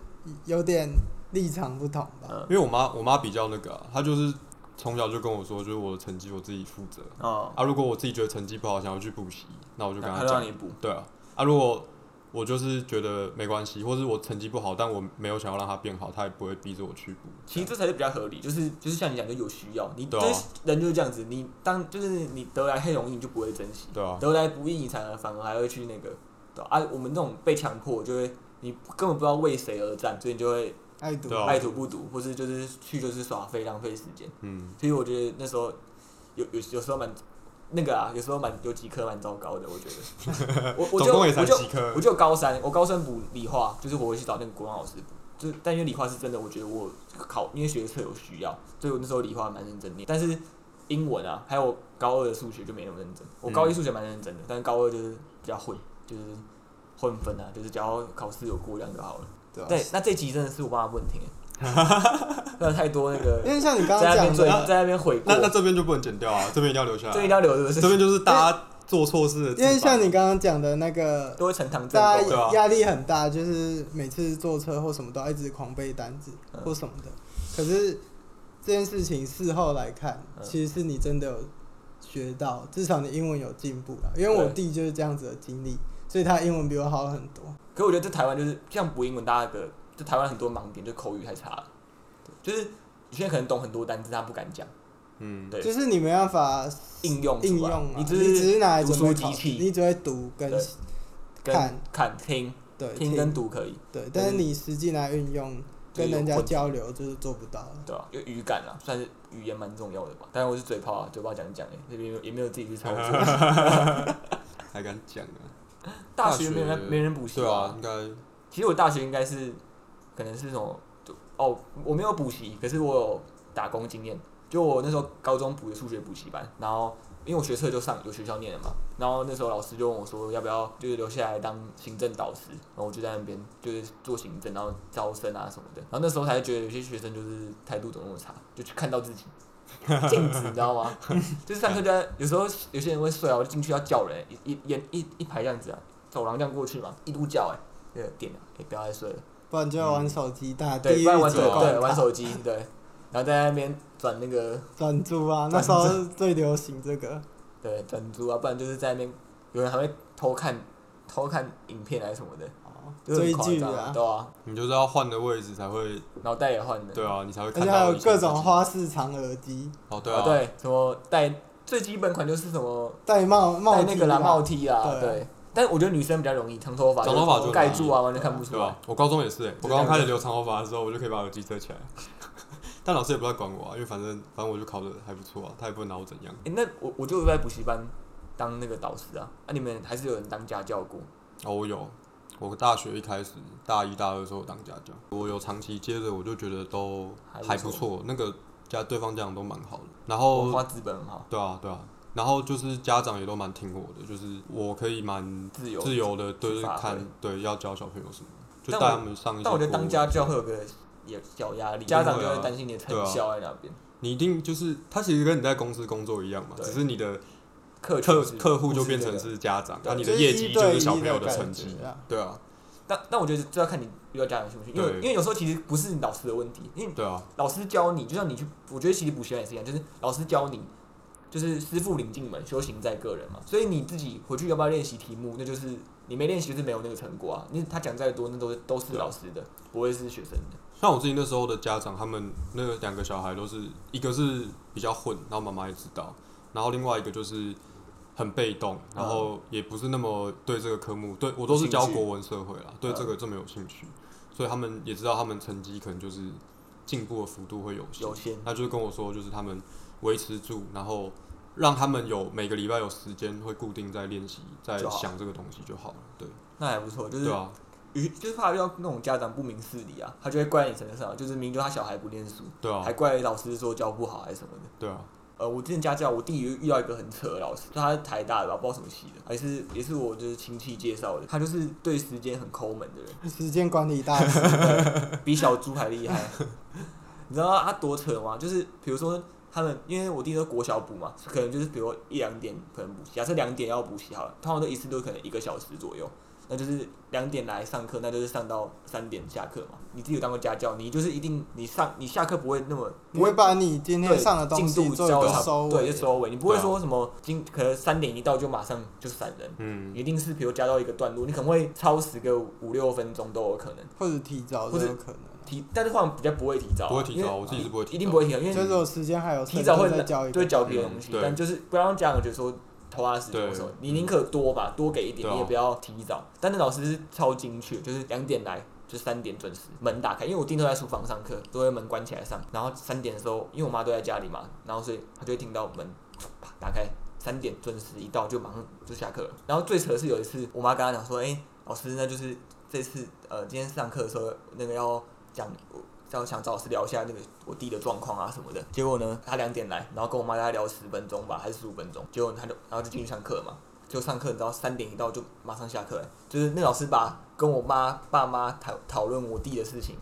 S3: 有点立场不同吧。
S2: 嗯，
S4: 因为我妈我妈比较那个、啊，她就是从小就跟我说，就是我的成绩我自己负责
S2: 哦，
S4: 啊。如果我自己觉得成绩不好，想要去补习，那我就跟
S2: 那
S4: 她
S2: 他
S4: 讲
S2: 让。你补，
S4: 对啊，啊，如果我就是觉得没关系，或是我成绩不好，但我没有想要让它变好，她也不会逼着我去补。
S2: 其实这才是比较合理，就是就是像你讲，就有需要，你
S4: 对
S2: 就
S4: 啊
S2: 是人就是这样子，你当就是你得来太容易，你就不会珍惜，
S4: 对啊，
S2: 得来不易，你才反而还会去那个，对吧啊，我们这种被强迫就会。你根本不知道为谁而战，所以你就会
S3: 爱读
S4: 对啊
S2: 爱读不读，或是就是去就是耍废浪费时间。
S4: 嗯，
S2: 所以我觉得那时候有有有时候蛮那个啊，有时候蛮有几科蛮糟糕的，我觉得。
S4: (laughs)
S2: 我我
S4: 总
S2: 就
S4: 共
S2: 我
S4: 也才
S2: 就
S4: 几科
S2: 我，就高三，我高三补理化，就是我会去找那个国文老师补。就是，但因为理化是真的，我觉得我考因为学测有需要，所以我那时候理化蛮认真念。但是英文啊，还有我高二的数学就没那么认真。我高一数学蛮认真
S3: 嗯
S2: 的，但是高二就是比较混，就是混分啊，就是只要考试有过量就好了。
S3: 对吧啊
S2: 对，那这集真的是我妈的问
S3: (laughs)
S2: 题，那太多那
S3: 因
S2: 个
S3: 为像你刚
S2: 在那
S3: 刚讲
S2: 边追
S3: 的，
S2: 在那边悔过
S4: 那，那这边就不能剪掉啊，这边一定要留下
S2: 这一定
S4: 来。
S2: 要留是不是？
S4: 这边就是大家做错事的地
S3: 因
S4: 方，
S3: 为像你刚刚讲的那个，
S2: 都会呈堂证
S3: 大
S2: 供。
S4: 对啊
S3: 家压力很大，就是每次坐车或什么都要一直狂背单子
S2: 嗯
S3: 或什么的。可是这件事情事后来看，
S2: 嗯
S3: 其实是你真的有学到，至少你英文有进步了。因为我
S2: 对
S3: 弟就是这样子的经历，所以他英文比我好很多。
S2: 可我觉得在台湾就是像补英文，大家的就台湾很多盲点，就口语太差了，对就是有些人可能懂很多单词，他不敢讲
S4: 嗯，
S2: 对
S3: 就是你没办法
S2: 应用出来
S3: 应用啊，
S2: 你
S3: 你
S2: 只
S3: 只
S2: 是
S3: 是拿来
S2: 读
S3: 准
S2: 书
S3: 备
S2: 机
S3: 考试，
S2: 器
S3: 你只会读跟
S2: 对跟
S3: 看
S2: 看听
S3: 对
S2: 听跟读可以，
S3: 对，但是你实际拿来运用
S2: 就是
S3: 跟人
S2: 有
S3: 家
S2: 困
S3: 交流，就是做不到了。
S2: 对吧、有语感啊，算是语言蛮重要的吧。当然我是嘴炮啊，嘴巴讲一讲哎、这边也没有自己去操作。
S4: 还敢讲啊？
S2: 大学没人没人补习
S4: 对啊，应该
S2: 其实我大学应该是，可能是什么，就哦，我没有补习，可是我有打工经验。就我那时候高中补的数学补习班，然后因为我学测就上有学校念了嘛，然后那时候老师就问我说要不要就是留下来当行政导师，然后我就在那边就是做行政，然后招生啊什么的。然后那时候才觉得有些学生就是态度怎么那么差，就去看到自己镜子，你知道吗？ (laughs) 就是上课就在有时候有些人会睡啊，我就进去要叫人，一一一一一排这样子啊，走廊这样过去嘛，一路叫哎、那个点了，哎、不要再睡了。
S3: 不然就要玩手机，大地
S2: 对，
S3: 狱
S2: 不然玩
S3: 之
S2: 手
S4: 对
S3: 光
S2: 对玩
S3: 塔
S2: 手机对，然后在那边转那个
S3: 转租
S2: (laughs)
S3: 啊，那
S2: 转
S3: 时候最流行这个，
S2: 对转租啊，不然就是在那边有人还会偷看偷看影片还是什么的，
S3: 哦
S2: (laughs) 就是很
S3: 追
S2: 夸
S3: 剧
S2: 张
S3: 啊，
S2: 对啊，
S4: 你就是要换的位置才会，
S2: 脑袋也换了，
S4: 对啊，你才会
S3: 而
S4: 看
S3: 且还
S4: 到
S3: 有
S4: 以前
S3: 各
S4: 自己
S3: 种花式长耳机、
S4: 哦，对
S2: 啊
S4: 啊，
S2: 对，什么戴最基本款就是什么
S3: 戴帽帽
S2: 戴
S3: 机
S2: 那个啦
S3: 啊
S2: 帽 T 啦，
S3: 对啊
S2: 对，但我觉得女生比较容易，长头发
S4: 长头发就
S2: 盖住啊，完全看不出
S4: 对
S2: 来
S4: 吧，？我高中也是、欸，我
S2: 就
S4: 高中
S2: 这样
S4: 开始
S2: 子
S4: 留长头发的时候，我就可以把耳机遮起来， (laughs) 但老师也不太管我啊，因为反正反正我就考的还不错啊，他也不能拿我怎样。
S2: 诶那我我就在补习班当那个导师啊，啊，你们还是有人当家教过，
S4: 哦，我有，我大学一开始大一大二的时候当家教，我有长期接着，我就觉得都还
S2: 还
S4: 不
S2: 不错
S4: 错，那个家对方家长都蛮好的，然
S2: 文
S4: 后
S2: 化资本很好，
S4: 对啊对啊，然后就是家长也都蛮听我的，就是我可以蛮
S2: 自由。
S4: 自由的，对，
S2: 去
S4: 就是
S2: 发挥
S4: 看对要教小朋友什么，就
S2: 但
S4: 带
S2: 我
S4: 他们上一些。
S2: 但我觉得当家教会有个也小压力，
S4: 一定会啊
S2: 家长就会担心你的成效在哪边，
S4: 你一定就是他其实跟你在公司工作一样嘛，
S2: 对
S4: 只是你的
S2: 客群
S4: 客
S2: 是
S4: 客户就
S2: 不是
S4: 变
S2: 这
S4: 成
S2: 个
S4: 是家长，
S2: 对
S4: 那你
S3: 就
S4: 的
S3: 是
S4: 业
S3: 一
S4: 绩
S3: 对
S4: 就是
S3: 一
S4: 小
S3: 的
S4: 朋友
S3: 感
S4: 成
S3: 觉
S4: 绩
S3: 啊，
S4: 对啊
S2: 但但我觉得就要看你遇到家长兴不兴，因为
S4: 对
S2: 因为有时候其实不是老师的问题，因为
S4: 对啊，
S2: 老师教你，就像你去，我觉得其实补习班也是一样，就是老师教你，就是师傅领进门，修行在个人嘛。所以你自己回去要不要练习题目，那就是你没练习就是没有那个成果啊。你他讲再多，那都是都是
S4: 对啊
S2: 老师的，不会是学生的。
S4: 像我自己那时候的家长，他们那个两个小孩都是一个是比较混，然后妈妈也知道，然后另外一个就是很被动，然后也不是那么对这个科目，对我都是教
S2: 嗯有兴趣嗯
S4: 国文社会啦，对这个这么有兴趣，所以他们也知道他们成绩可能就是进步的幅度会有限
S2: 有，限，
S4: 他就是跟我说，就是他们维持住，然后让他们有每个礼拜有时间会固定在练习，在
S2: 就好
S4: 想这个东西就好了，对
S2: 那还不错，就是
S4: 对啊，
S2: 与就是怕遇到那种家长不明事理啊，他就会怪你身上，就是明明就他小孩不念书，
S4: 对啊
S2: 还，怪老师说教不好还是什么的。
S4: 对啊，
S2: 呃，我之前家教，我弟遇到一个很扯的老师，他是台大的吧，不知道什么系的，还是也是我就是亲戚介绍的。他就是对时间很抠门的人，
S3: 时间管理大
S2: (laughs)
S3: 师，
S2: 比小猪还厉害。 (laughs) 你知道他多扯吗？就是比如说他们，因为我弟都国小补嘛，可能就是比如一两点可能补习，假设两点要补习好了，通常都一次都可能一个小时左右。那就是两点来上课，那就是上到三点下课嘛。你自己有当过家教，你就是一定你上你下课不会那么
S3: 你会把你今天
S2: 对
S3: 上的东
S2: 进
S3: 西
S2: 度
S3: 做
S2: 交
S3: 一
S2: 差
S3: 个收
S2: 对，
S3: 尾啊
S2: 就。收尾。你不会说什么今可能三点一到就马上就闪人，
S4: 嗯，
S2: 一定是比如加到一个段落，你可能会超时个五六分钟都有可能
S3: 或者提早都
S2: 或者
S3: 有可能，
S2: 提，但是换比较不会提早啊，
S4: 不会提
S2: 因为
S4: 早，我自己是不会提早，
S2: 一定不会提早，因
S3: 就是
S2: 为
S3: 我时间还有
S2: 提
S3: 剩
S2: 早会
S3: 就再教一
S2: 对
S3: 个。
S2: 教别的东西
S4: 嗯，对
S2: 但就是不要让家长觉得说。投他时间，
S4: 对
S2: 我说你宁可多吧，多给一点，
S4: 对啊
S2: 你也不要提早。但那老师是超精确，就是两点来，就三点准时门打开，因为我弟都在书房上课，都会门关起来上。然后三点的时候，因为我妈都在家里嘛，然后所以她就会听到门啪打开，三点准时一到就马上就下课了。然后最扯的是有一次，我妈跟他讲说：“哎、老师，那就是这次呃今天上课的时候，那个要讲要想找老师聊一下那个我弟的状况啊什么的。”结果呢，他两点来，然后跟我妈大概聊十分钟吧，还是十五分钟。结果他就然后就进去上课了嘛。就上课，你知道三点一到就马上下课了，就是那老师把跟我妈爸妈讨讨论我弟的事情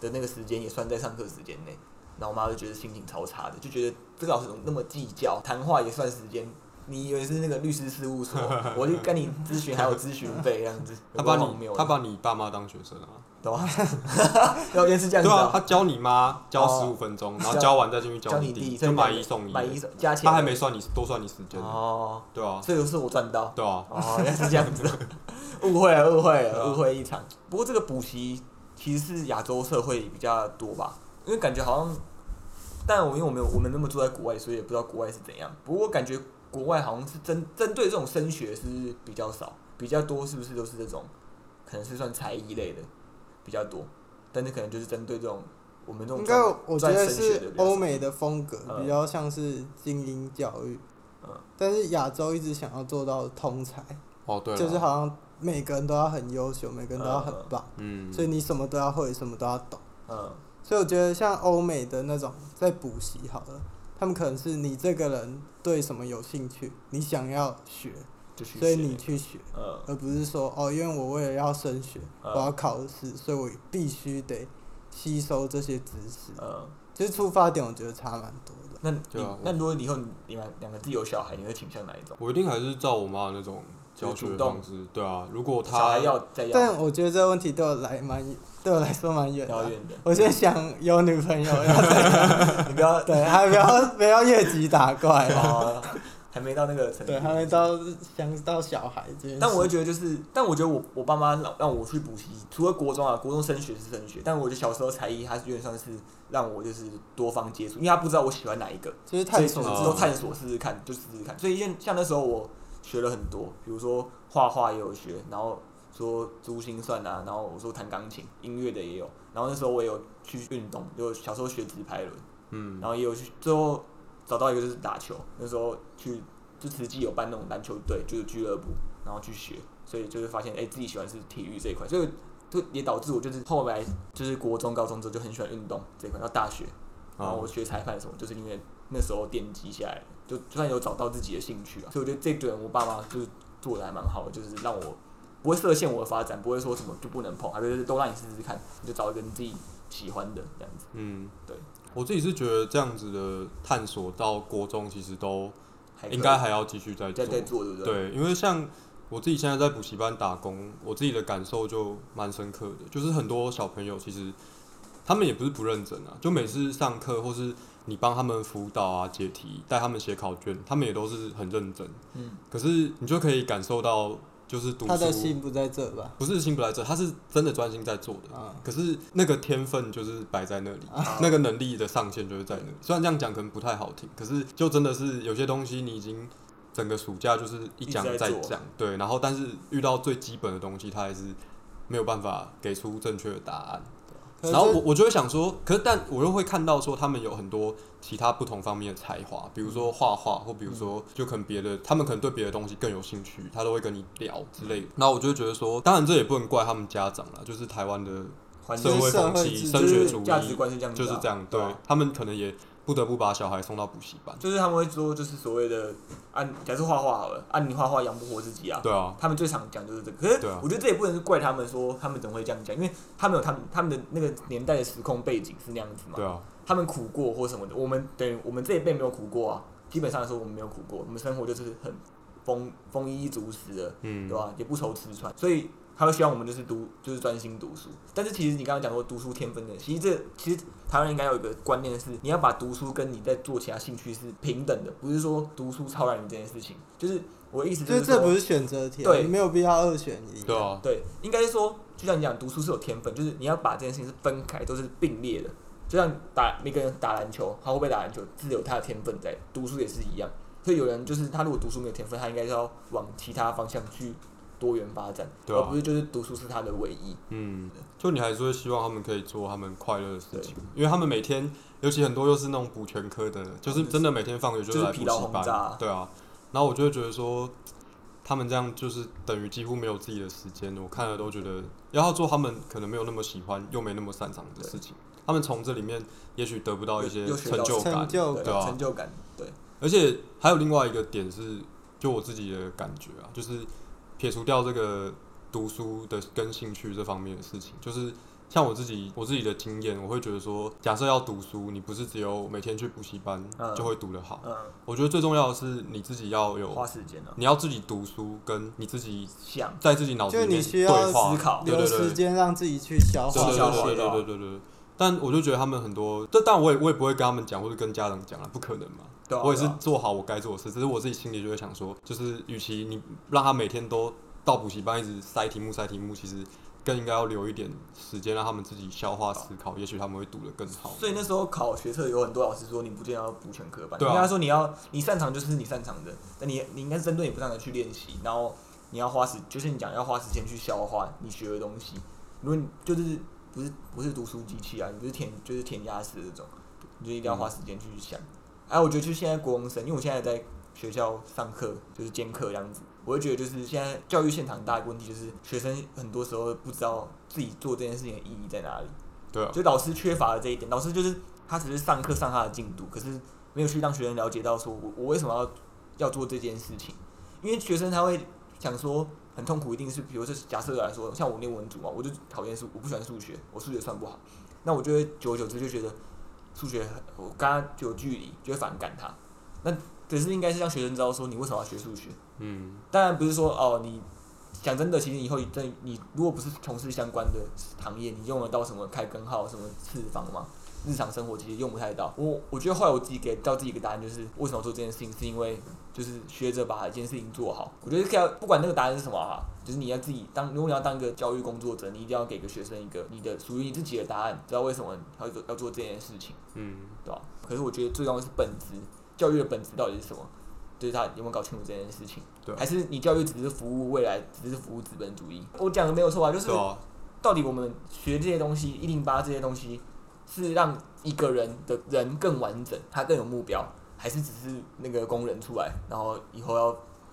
S2: 的那个时间也算在上课时间内，然后我妈就觉得心情超差的，就觉得这个老师怎么那么计较，谈话也算时间。你以为是那个律师事务所，我就跟你咨询还有咨询费这样子，
S4: 他把
S2: 有多荒
S4: 你
S2: 谬
S4: 他把你爸妈当学生啊，
S2: (laughs) 懂吗？聊天是这样
S4: 对
S2: 子
S4: 啊，
S2: 啊，
S4: 他教你妈教
S2: 哦
S4: 十五分钟，然后
S2: 教
S4: 教完再进去教
S2: 你
S4: 弟，
S2: 所
S4: 就
S2: 以
S4: 买一送一，
S2: 买一送加钱，
S4: 他还没算你多算你时间，
S2: 哦，
S4: 对啊，
S2: 所以是我赚到，
S4: 对啊，
S2: 哦，原来是这样子， (laughs) 误会了，误会
S4: 对啊
S2: 了，误会一场。不过这个补习其实是亚洲社会比较多吧，因为感觉好像，但我因为我没有我们那么住在国外，所以也不知道国外是怎样。不过我感觉国外好像是针针对这种升学是比较少，比较多是不是都是这种，可能是算才艺类的比较多，但是可能就是针对这种我们这种
S3: 应该
S2: 专
S3: 我觉得
S2: 专升学的
S3: 是
S2: 比较少
S3: 欧美的风格
S2: 嗯
S3: 比较像是精英教育
S2: 嗯，
S3: 但是亚洲一直想要做到通才，
S4: 哦
S2: 啊
S4: 对，
S3: 就是，好像每个人都要很优秀，每个人都要很棒，
S4: 嗯，
S3: 所以你什么都要会，什么都要懂。
S2: 嗯
S3: 所以我觉得像欧美的那种在补习好了，他们可能是你这个人对什么有兴趣，你想要学，
S2: 就去
S3: 所以
S2: 学
S3: 你去学，
S2: 嗯
S3: 而不是说哦，因为我为了要升学，
S2: 嗯
S3: 我要考试，所以我必须得吸收这些知识。
S2: 嗯，
S3: 其实出发点我觉得差蛮多的。
S2: 那你、
S4: 对啊
S2: 那如果以后你你们两个自己有小孩，你会倾向哪一种？
S4: 我一定还是照我妈那种教
S2: 就是
S4: 学
S2: 主动
S4: 方式，对啊，如果
S2: 小
S4: 他
S2: 孩要再
S4: 啊
S2: 要
S3: 但我觉得这个问题对我来蛮，对我来说蛮远的
S2: 遥
S3: 啊。
S2: 远的，
S3: 我现在想有女朋友，然后
S4: (laughs)
S2: 你不要
S3: 对，还不要不要越级打怪啊。
S2: 啊，还没到那个程度
S3: 对，。还没到想到小孩这件事。
S2: 但我会觉得就是，但我觉得我我爸妈让让我去补习，除了国中啊，国中升学是升学，但我觉得小时候才艺他是有点像是让我就是多方接触，因为他不知道我喜欢哪一个，所
S3: 就是
S2: 以
S3: 探
S2: 只
S3: 索
S4: 啊
S3: 自
S4: 哦
S2: 能探索试试看，就试试看。所以像像那时候我学了很多，比如说画画也有学，然后说珠心算啊，然后我说弹钢琴、音乐的也有，然后那时候我也有去运动，就小时候学直排轮，
S4: 嗯
S2: 然后也有去最后找到一个就是打球，那时候去就慈济有办那种篮球队，就是俱乐部，然后去学，所以就是发现哎、诶自己喜欢是哎体育这一块，所以就也导致我就是后来就是国中、高中之后就很喜欢运动这一块，到大学，
S4: 嗯
S2: 然后我学裁判什么，就是因为那时候奠基下来的，就就算有找到自己的兴趣啊，所以我觉得这点我爸妈就是做的还蛮好的，就是让我不会设限我的发展，不会说什么就不能碰，还是都让你试试看，你就找一个你自己喜欢的这样子，
S4: 嗯，
S2: 对。
S4: 我自己是觉得这样子的探索到国中，其实都
S2: 还可以
S4: 应该还要继续再做
S2: 在。在做对不对？啊
S4: 对，因为像我自己现在在补习班打工，我自己的感受就蛮深刻的，就是很多小朋友其实他们也不是不认真啊，就每次上课或是你帮他们辅导啊、解题、带他们写考卷，他们也都是很认真。
S2: 嗯，
S4: 可是你就可以感受到，就是读
S3: 他的
S4: 书
S3: 心不在这吧？
S4: 不是心不在这，他是真的专心在做的。
S3: 啊，
S4: 可是那个天分就是摆在那里，
S2: 啊
S4: 那个能力的上限就是在那里。虽然这样讲可能不太好听，可是就真的是有些东西你已经整个暑假就是一讲
S2: 一直
S4: 再
S2: 在做
S4: 讲，对，然后但是遇到最基本的东西，他还是没有办法给出正确的答案。
S3: 可是
S4: 然后我我就会想说，可是但我又会看到说他们有很多其他不同方面的才华，比如
S2: 嗯
S4: 说画画，或比如说就可能别的，他们可能对别的东西更有兴趣，他都会跟你聊之类的。然后我就会觉得说，当然这也不能怪他们家长啦，就是台湾的
S2: 环
S4: 社
S2: 境
S4: 会风
S3: 就是社会
S4: 气、
S3: 制
S4: 升学主
S2: 价值
S4: 义
S2: 观是这样子
S4: 就
S2: 啊，
S4: 是这样，对
S2: 对啊
S4: 他们可能也不得不把小孩送到补习班，
S2: 就是他们会说，就是所谓的按、假设画画好了，按、你画画养不活自己啊。
S4: 对啊，
S2: 他们最常讲就是这个，可是
S4: 对啊
S2: 我觉得这也不能怪他们说他们怎么会这样讲，因为他们有他们他们的那个年代的时空背景是那样子嘛，
S4: 对啊，
S2: 他们苦过或什么的，我们等于我们这一辈没有苦过啊，基本上来说我们没有苦过，我们生活就是很丰丰衣足食的，
S4: 嗯
S2: 对，啊吧、也不愁吃穿，所以他会希望我们就是读，就是专心读书。但是其实你刚刚讲说读书天分的，其实这其实台湾应该有一个观念是，你要把读书跟你在做其他兴趣是平等的，不是说读书超然你这件事情。就是我的意思
S3: 就是
S2: 是
S3: 这不
S2: 说，
S3: 是选择题啊，
S2: 对
S3: 你没有必要二选一。
S4: 对啊，
S2: 对，应该是说，就像你讲读书是有天分，就是你要把这件事情是分开，都是并列的。就像打每个人打篮球，他会不会打篮球是有他的天分在，读书也是一样。所以有人就是他如果读书没有天分，他应该是要往其他方向去多元发展，
S4: 对啊
S2: 而不是就是读书是他的唯一。
S4: 嗯，就你还是会希望他们可以做他们快乐的事
S2: 对哦
S4: 情，因为他们每天，尤其很多又是那种补全科的，就是真的每天放学
S2: 就是
S4: 是来补
S2: 疲劳
S4: 习
S2: 轰炸
S4: 班，对啊，然后我就会觉得说，他们这样就是等于几乎没有自己的时间，我看了都觉得，要他做他们可能没有那么喜欢又没那么擅长的事情，他们从这里面也许得不到一些
S2: 又又学到
S4: 成就
S3: 成
S4: 感，
S3: 就
S2: 对
S4: 对啊
S2: 成就感，对，
S4: 而且还有另外一个点是，就我自己的感觉啊，就是撇除掉这个读书的跟兴趣这方面的事情，就是像我自己我自己的经验，我会觉得说，假设要读书，你不是只有每天去补习班
S2: 嗯
S4: 就会读得好，
S2: 嗯，
S4: 我觉得最重要的是你自己要
S2: 花
S4: 有，
S2: 时间啊，
S4: 你要自己读书，跟你自己
S2: 想
S4: 在自己脑子里
S3: 就
S4: 面
S3: 你需要
S4: 对话
S2: 思考啊
S4: 对
S3: 留
S4: 对对
S3: 时间让自己去消
S4: 对对对
S3: 化
S2: 消化
S4: 对对对对对。但我就觉得他们很多，这但我也我也不会跟他们讲，或者跟家长讲啊，不可能嘛。
S2: 对啊
S4: 我也是
S2: 对啊
S4: 做好我该做的事，只是我自己心里就会想说，就是与其你让他每天都到补习班一直塞题目塞题目，其实更应该要留一点时间让他们自己消化思考，也许他们会读得更好。
S2: 哦所以那时候考学测有很多老师说你不见得要补全科班，
S4: 对啊
S2: 因为他说你要你擅长就是你擅长的，那你你应该是针对你不擅长的去练习，然后你要花时，就是你讲要花时间去消化你学的东西。如果你就是不是不是读书机器啊，你不是填就是填鸭式的这种，你就一定要花时间去想。
S4: 嗯
S2: 哎、我觉得就现在国中生，因为我现在在学校上课就是兼课这样子，我会觉得就是现在教育现场很大的问题就是学生很多时候不知道自己做这件事情的意义在哪里。
S4: 对啊，
S2: 就老师缺乏了这一点，老师就是他只是上课上他的进度，可是没有去让学生了解到说我我为什么要要做这件事情，因为学生他会想说很痛苦，一定是比如说假设来说，像我念文组嘛，我就讨厌数，我不喜欢数学，我数学算不好，那我就会久而久之就觉得数学很我跟他就有距离，就会反感他。那可是应该是让学生知道说你为什么要学数学，
S4: 嗯，
S2: 当然不是说哦，你讲真的，其实以后真的你如果不是从事相关的行业，你用得到什么开根号、什么次方吗？日常生活其实用不太到。我我觉得后来我自己给到自己一个答案，就是为什么做这件事情，是因为就是学着把一件事情做好。我觉得要不管那个答案是什么啊，就是你要自己当，如果你要当一个教育工作者，你一定要给个学生一个你的属于你自己的答案，知道为什么要做要做这件事情。
S4: 嗯，
S2: 对吧、可是我觉得最重要的是本质，教育的本质到底是什么？就是他有没有搞清楚这件事情，
S4: 对啊
S2: 还是你教育只是服务未来，只是服务资本主义？我讲的没有错啊，就是
S4: 对啊，
S2: 到底我们学这些东西，一零八这些东西，是让一个人的人更完整，他更有目标，还是只是那个工人出来，然后以后要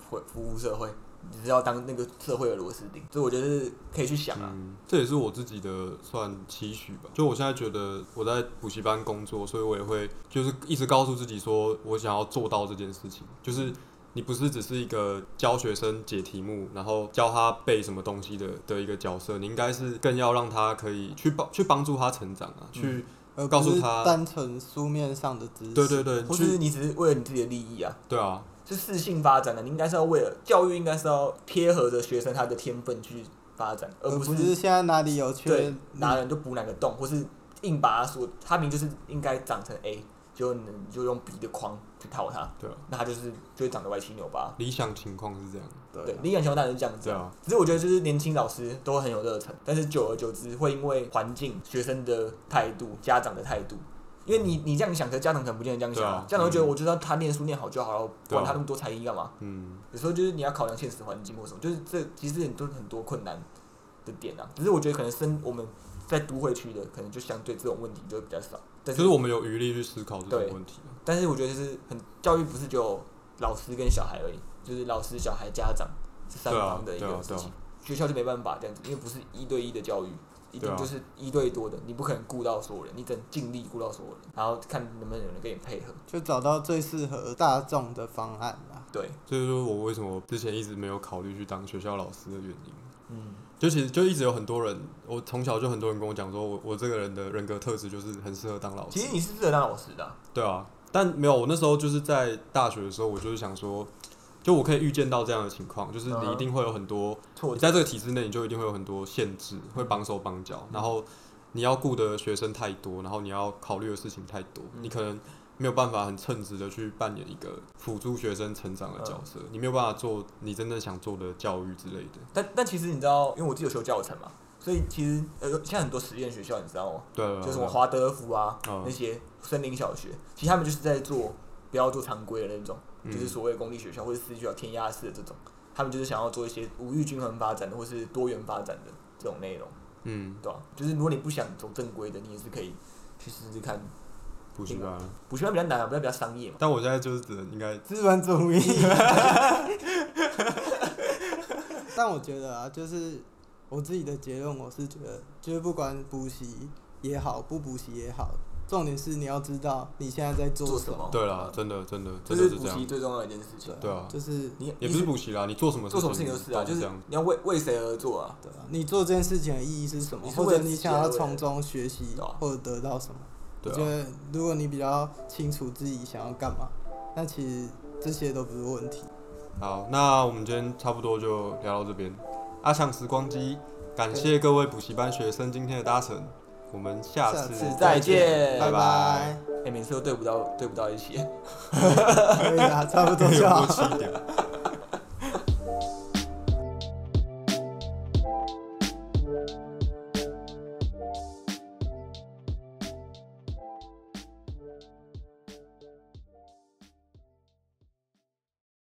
S2: 回服务社会，只是要当那个社会的螺丝钉。所以我觉得是可以去想啊，
S4: 嗯，这也是我自己的算期许吧。就我现在觉得我在补习班工作，所以我也会就是一直告诉自己说，我想要做到这件事情。就是你不是只是一个教学生解题目，然后教他背什么东西的的一个角色，你应该是更要让他可以去帮去帮助他成长啊，去
S2: 嗯
S3: 而
S4: 告诉
S3: 不是
S4: 他
S3: 单纯书面上的知识。
S4: 对对对，
S2: 或
S4: 去
S2: 是你只是为了你自己的利益啊，
S4: 对啊，
S2: 是适性发展的。你应该是要为了教育，应该是要贴合着学生他的天分去发展，而
S3: 而
S2: 不
S3: 不
S2: 是
S3: 是现在哪里有缺
S2: 对，哪人就补哪个洞，或是硬把它说，他明明就是应该长成 A，就你就用 B 的框去套它，
S4: 对啊，
S2: 那它就是就会长得歪七扭八。
S4: 理想情况是这样，
S2: 对，理想型当然是这样子
S4: 啊对，啊，
S2: 只是我觉得就是年轻老师都很有热忱，但是久而久之会因为环境、学生的态度、家长的态度，因为你你这样想，可是家长可能不见得这样想、
S4: 嗯对啊
S2: 家长会觉得我就知道他念书念好就好了，
S4: 对啊
S2: 管他那么多才艺干嘛？
S4: 嗯，
S2: 有时候就是你要考量现实环境或什么，就是这其实很多很多困难的点啊。只是我觉得可能生我们在都会区的，可能就相对这种问题就比较少。但
S4: 就是是我们有余力去思考这种
S2: 对
S4: 问题啊。
S2: 但是我觉得就是很教育不是只有老师跟小孩而已，就是老师、小孩、家长是三
S4: 对啊
S2: 方的一
S4: 对啊
S2: 个事
S4: 对啊
S2: 情。学校就没办法这样子，因为不是一对一的教育，一
S4: 对啊
S2: 定就是一对多的，你不可能顾到所有人，你只能尽力顾到所有人，然后看能不能有人跟你配合。
S3: 就找到最适合大众的方案
S2: (laughs)
S3: 啦。
S2: 对，
S4: 这就是我为什么之前一直没有考虑去当学校老师的原因。
S2: 嗯，
S4: 就其实就一直有很多人，我从小就很多人跟我讲说我，我这个人的人格特质就是很适合当老师
S2: 其。实你是适合当老师的啊、
S4: 对啊，但没有，我那时候就是在大学的时候，我就是想说，就我可以预见到这样的情况，就是
S2: 嗯
S4: 你
S2: 哼
S4: 一定会有很多，
S2: 错
S4: 你
S2: 觉
S4: 在这个体制内，你就一定会有很多限制，会绑手绑脚，
S2: 嗯
S4: 然后你要顾的学生太多，然后你要考虑的事情太多，
S2: 嗯
S4: 你可能。没有办法很称职的去扮演一个辅助学生成长的
S2: 嗯
S4: 角色，你没有办法做你真正想做的教育之类的。
S2: 但但其实你知道，因为我自己有修教程嘛，所以其实呃，现在很多实验学校，你知道吗？
S4: 对啊，
S2: 就什
S4: 对
S2: 么
S4: 啊
S2: 华德福啊、
S4: 嗯
S2: 那些森林小学，其实他们就是在做不要做常规的那种，
S4: 嗯
S2: 就是所谓公立学校或者私立学校填鸭式的这种，他们就是想要做一些无欲均衡发展的或是多元发展的这种内容，
S4: 嗯，
S2: 对吧、就是如果你不想走正规的，你也是可以去试试看。
S4: 补习班。
S2: 补习班比较难啊，比较比较商业嘛。
S4: 但我现在就是只能应
S2: 哦
S4: 该，
S3: 资本主义。 (laughs) 但我觉得啊，就是我自己的结论，我是觉得，就是不管补习也好，不补习也好，重点是你要知道你现在在
S2: 做
S3: 做
S2: 什
S3: 什
S2: 么
S3: 么。
S4: 对啦，真的真的
S2: 这
S4: 真的
S2: 是
S4: 是
S2: 补
S4: 这
S2: 习
S4: 样，
S2: 最重要的一件事情。
S4: 对啊
S3: 就是
S2: 你
S4: 也不是
S2: 你
S4: 补习啦，你做什么
S2: 做什么事情都是啊，
S4: 都
S2: 就是
S4: 这样，
S2: 你要为为谁而做啊。
S3: 对啊，你做这件事情的意义是什么，
S2: 你是为
S3: 或者你
S2: 自己
S3: 想要
S2: 而为
S3: 从中学习
S2: 对啊
S3: 或者得到什么？我
S4: 对
S3: 觉
S4: 啊，
S3: 得如果你比较清楚自己想要干嘛，那其实这些都不是问题。
S4: 好，那我们今天差不多就聊到这边。阿强时光机，感谢各位补习班学生今天的搭乘，我们下
S3: 下
S4: 次
S3: 次
S2: 再见
S4: 拜
S3: 拜拜，
S2: 哎、每次都对不到对不到一起。
S3: 可以啊，差不多
S4: 有
S3: 就好
S4: 默。契一点。